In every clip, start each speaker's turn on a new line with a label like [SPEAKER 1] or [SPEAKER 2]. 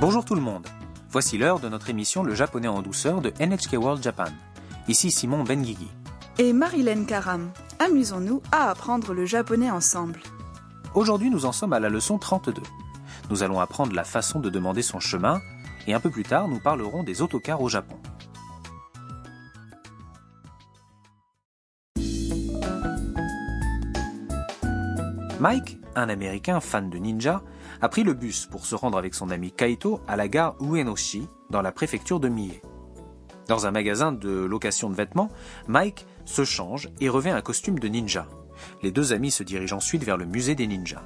[SPEAKER 1] Bonjour tout le monde. Voici l'heure de notre émission Le japonais en douceur de NHK World Japan. Ici Simon Benguigui.
[SPEAKER 2] Et Marilène Karam. Amusons-nous à apprendre le japonais ensemble.
[SPEAKER 1] Aujourd'hui, nous en sommes à la leçon 32. Nous allons apprendre la façon de demander son chemin et un peu plus tard, nous parlerons des autocars au Japon. Mike, un Américain fan de ninja, a pris le bus pour se rendre avec son ami Kaito à la gare Uenoshi, dans la préfecture de Mie. Dans un magasin de location de vêtements, Mike se change et revêt un costume de ninja. Les deux amis se dirigent ensuite vers le musée des ninjas.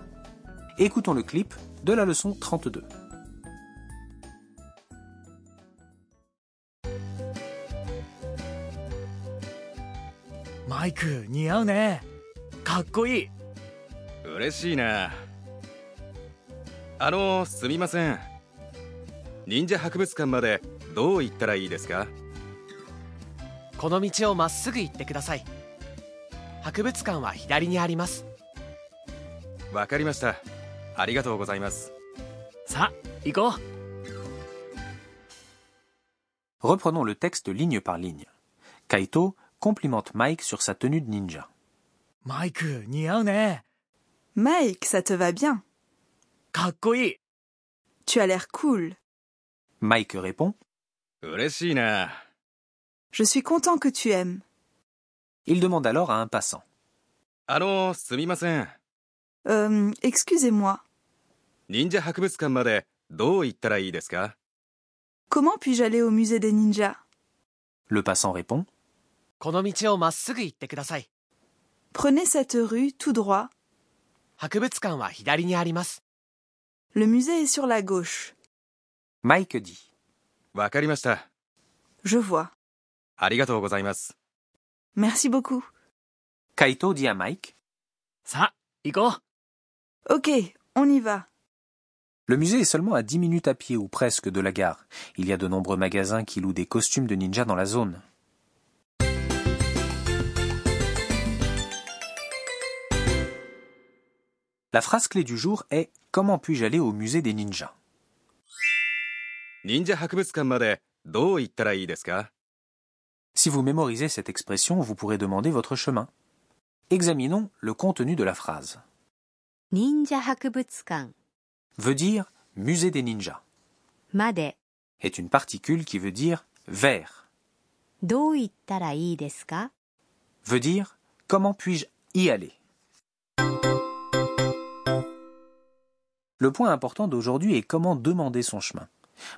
[SPEAKER 1] Écoutons le clip de la leçon 32.
[SPEAKER 3] マイク似合うねかっこいい
[SPEAKER 4] 嬉しいなあのすみません忍者博物館までどう行ったらいいですか
[SPEAKER 3] この道をまっすぐ行ってください博物館は左にあります
[SPEAKER 4] わかりましたありがとうございます
[SPEAKER 3] さあ行こう
[SPEAKER 1] Reprenons le texte ligne par ligne. Kaito complimente Mike sur sa tenue de ninja.
[SPEAKER 3] マイク似合うね
[SPEAKER 2] Mike, ça te va bien.
[SPEAKER 3] かっこいい
[SPEAKER 2] Tu as l'air cool.
[SPEAKER 1] Mike répond
[SPEAKER 4] 嬉しいな
[SPEAKER 2] Je suis content que tu aimes.
[SPEAKER 1] Il demande alors à un passant.
[SPEAKER 4] あのすみません
[SPEAKER 2] Euh, excusez-moi.
[SPEAKER 4] 忍者博物館までどう行ったらいいですか
[SPEAKER 2] Comment puis-je aller au musée des ninjas
[SPEAKER 1] Le passant répond
[SPEAKER 3] この道をまっすぐ行ってください
[SPEAKER 2] Prenez cette rue tout droit.
[SPEAKER 3] 博物館は左にあります
[SPEAKER 2] Le musée est sur la gauche.
[SPEAKER 1] Mike dit
[SPEAKER 4] わかりました
[SPEAKER 2] Je vois.
[SPEAKER 4] ありがとうございます
[SPEAKER 2] Merci beaucoup.
[SPEAKER 1] Kaito dit à Mike
[SPEAKER 3] さあ行こう
[SPEAKER 2] Ok, on y va.
[SPEAKER 1] Le musée est seulement à 10 minutes à pied ou presque de la gare. Il y a de nombreux magasins qui louent des costumes de ninja dans la zone. La phrase clé du jour est Comment puis-je aller au musée des ninjas
[SPEAKER 4] 忍者博物館までどう行ったらいいですか
[SPEAKER 1] Si vous mémorisez cette expression, vous pourrez demander votre chemin. Examinons le contenu de la phrase.
[SPEAKER 5] 忍者博物館
[SPEAKER 1] Veut dire musée des ninjas
[SPEAKER 5] まで
[SPEAKER 1] est une particule qui veut dire vers,
[SPEAKER 5] どう行ったらいいですか
[SPEAKER 1] veut dire comment puis-je y aller. Le point important d'aujourd'hui est comment demander son chemin.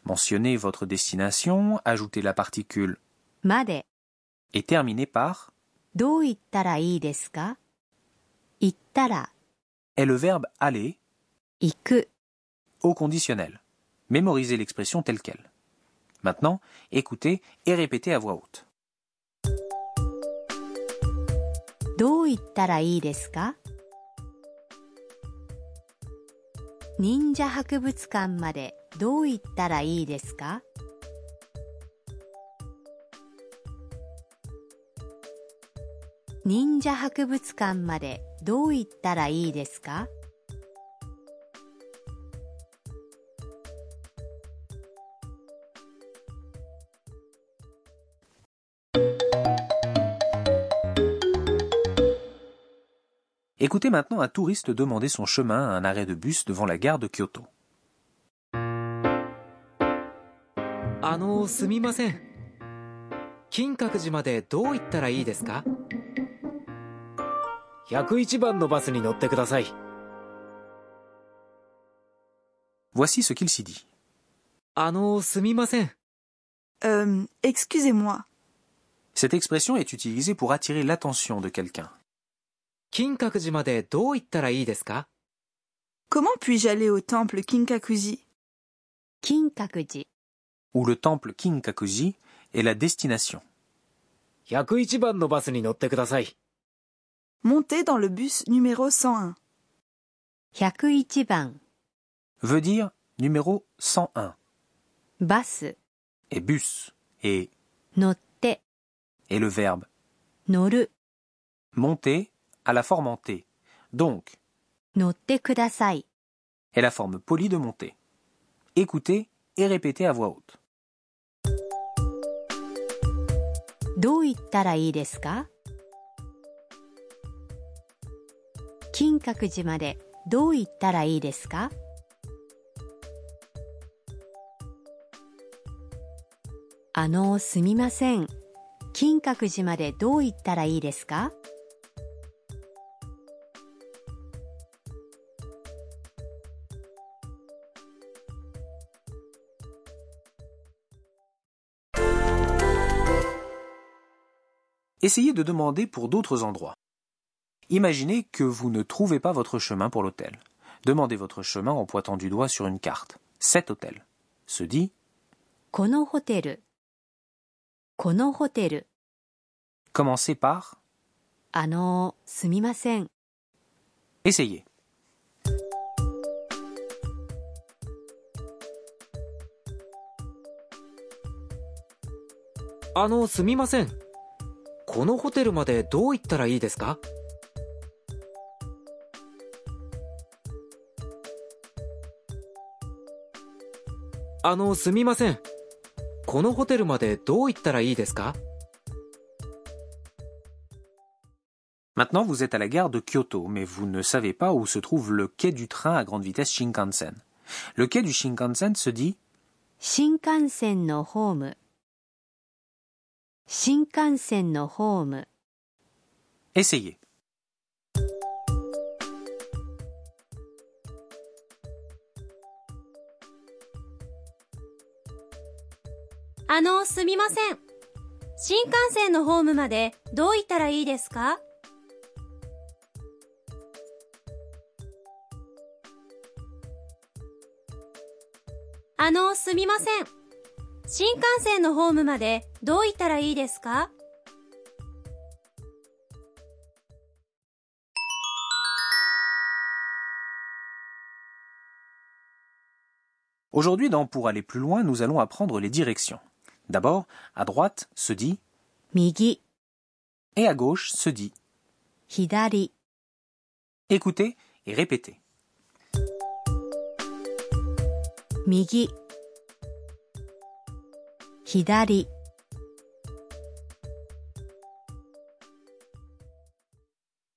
[SPEAKER 1] Mentionnez votre destination, ajoutez la particule
[SPEAKER 5] まで
[SPEAKER 1] et terminez par
[SPEAKER 5] どう行ったらいいですか行ったら
[SPEAKER 1] est le verbe aller
[SPEAKER 5] 行く
[SPEAKER 1] au conditionnel. Mémorisez l'expression telle qu'elle. Maintenant, écoutez et répétez à voix haute.
[SPEAKER 5] どう行ったらいいですか忍者博物館までどう行ったらいいですか忍者博物館までどう行ったらいいですか
[SPEAKER 1] Écoutez maintenant un touriste demander son chemin à un arrêt de bus devant la gare de Kyoto.
[SPEAKER 6] あのすみません金閣寺までどう行ったらいいですか
[SPEAKER 3] 101番のバスに乗ってください
[SPEAKER 1] Voici ce qu'il s'y dit.
[SPEAKER 6] あのすみません
[SPEAKER 2] Euh, excusez-moi.
[SPEAKER 1] Cette expression est utilisée pour attirer l'attention de quelqu'un.
[SPEAKER 6] 金閣寺までどう行ったらいいですか
[SPEAKER 2] Comment puis-je aller au temple Kinkakuji
[SPEAKER 5] 金閣寺
[SPEAKER 1] où le temple Kinkakuji est la destination.
[SPEAKER 3] 101番のバスに乗ってください
[SPEAKER 2] Montez dans le bus numéro 101.
[SPEAKER 5] 101番
[SPEAKER 1] Veut dire numéro 101
[SPEAKER 5] バス
[SPEAKER 1] et bus et
[SPEAKER 5] 乗って、
[SPEAKER 1] est le verbe
[SPEAKER 5] 乗る、
[SPEAKER 1] monter à la forme en T. Donc
[SPEAKER 5] 乗ってください。
[SPEAKER 1] est la forme polie de monter. Écoutez et répétez à voix haute.
[SPEAKER 5] どう言ったらいいですか金閣寺までどう行ったらいいですかあのすみません金閣寺までどう行ったらいいですか
[SPEAKER 1] Essayez de demander pour d'autres endroits. Imaginez que vous ne trouvez pas votre chemin pour l'hôtel. Demandez votre chemin en pointant du doigt sur une carte. Cet hôtel. Se dit
[SPEAKER 5] このホテルこのホテル
[SPEAKER 1] commencez par
[SPEAKER 5] あのすみません
[SPEAKER 1] essayez.
[SPEAKER 6] 「あのすみませんこのホテルまでどう行ったらいいですか?」「あのすみませんこのホテルまでどう行ったらいいですか?」
[SPEAKER 1] Maintenant, vous êtes à la gare de Kyoto, mais vous ne savez pas où se trouve le quai du train à grande vitesse Shinkansen. Le quai du Shinkansen se dit
[SPEAKER 5] 新幹線のホーム新幹線のホーム
[SPEAKER 1] essayez.
[SPEAKER 7] あの、すみません。新幹線のホームまでどう行ったらいいですかあの、すみません。新幹線のホームまでどう行ったらいいですか
[SPEAKER 1] Aujourd'hui, dans Pour aller plus loin, nous allons apprendre les directions. D'abord, à droite se dit
[SPEAKER 5] 右
[SPEAKER 1] et à gauche se dit.
[SPEAKER 5] 左
[SPEAKER 1] Écoutez et répétez.
[SPEAKER 5] 右左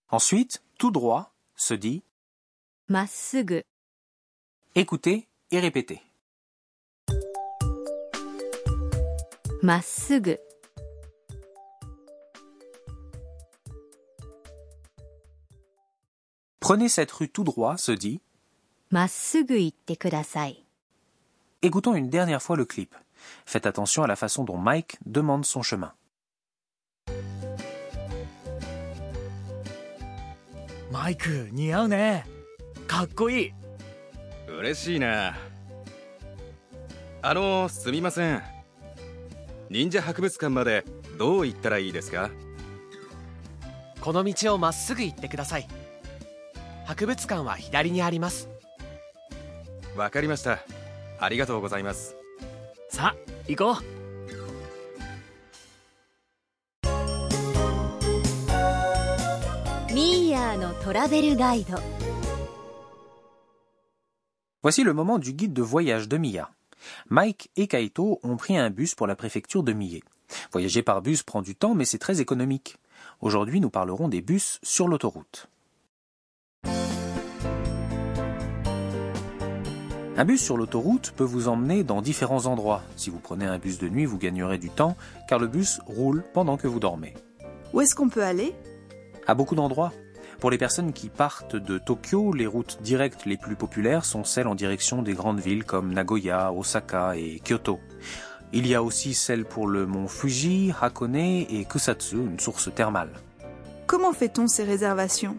[SPEAKER 1] Ensuite, tout droit se dit
[SPEAKER 5] まっすぐ
[SPEAKER 1] écoutez et répétez.
[SPEAKER 5] まっすぐ
[SPEAKER 1] Prenez cette rue tout droit se dit.
[SPEAKER 5] まっすぐ行ってください
[SPEAKER 1] Écoutons une dernière fois le clip. Faites attention à la façon dont Mike demande son chemin.
[SPEAKER 3] マイク似合うねかっこいい
[SPEAKER 4] 嬉しいなあのすみません忍者博物館までどう行ったらいいですか
[SPEAKER 3] この道をまっすぐ行ってください博物館は左にあります
[SPEAKER 4] わかりましたありがとうございます
[SPEAKER 3] さあ行こう
[SPEAKER 5] ミーヤーのトラベルガイド
[SPEAKER 1] Voici le moment du guide de voyage de Mia. Mike et Kaito ont pris un bus pour la préfecture de Mie. Voyager par bus prend du temps, mais c'est très économique. Aujourd'hui, nous parlerons des bus sur l'autoroute. Un bus sur l'autoroute peut vous emmener dans différents endroits. Si vous prenez un bus de nuit, vous gagnerez du temps, car le bus roule pendant que vous dormez.
[SPEAKER 2] Où est-ce qu'on peut aller
[SPEAKER 1] À beaucoup d'endroits. Pour les personnes qui partent de Tokyo, les routes directes les plus populaires sont celles en direction des grandes villes comme Nagoya, Osaka et Kyoto. Il y a aussi celles pour le mont Fuji, Hakone et Kusatsu, une source thermale.
[SPEAKER 2] Comment fait-on ces réservations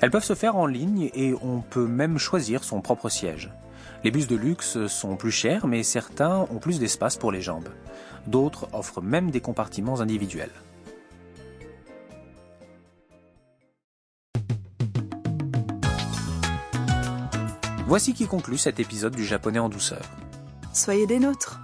[SPEAKER 1] Elles peuvent se faire en ligne et on peut même choisir son propre siège. Les bus de luxe sont plus chers, mais certains ont plus d'espace pour les jambes. D'autres offrent même des compartiments individuels. Voici qui conclut cet épisode du Japonais en douceur.
[SPEAKER 2] Soyez des nôtres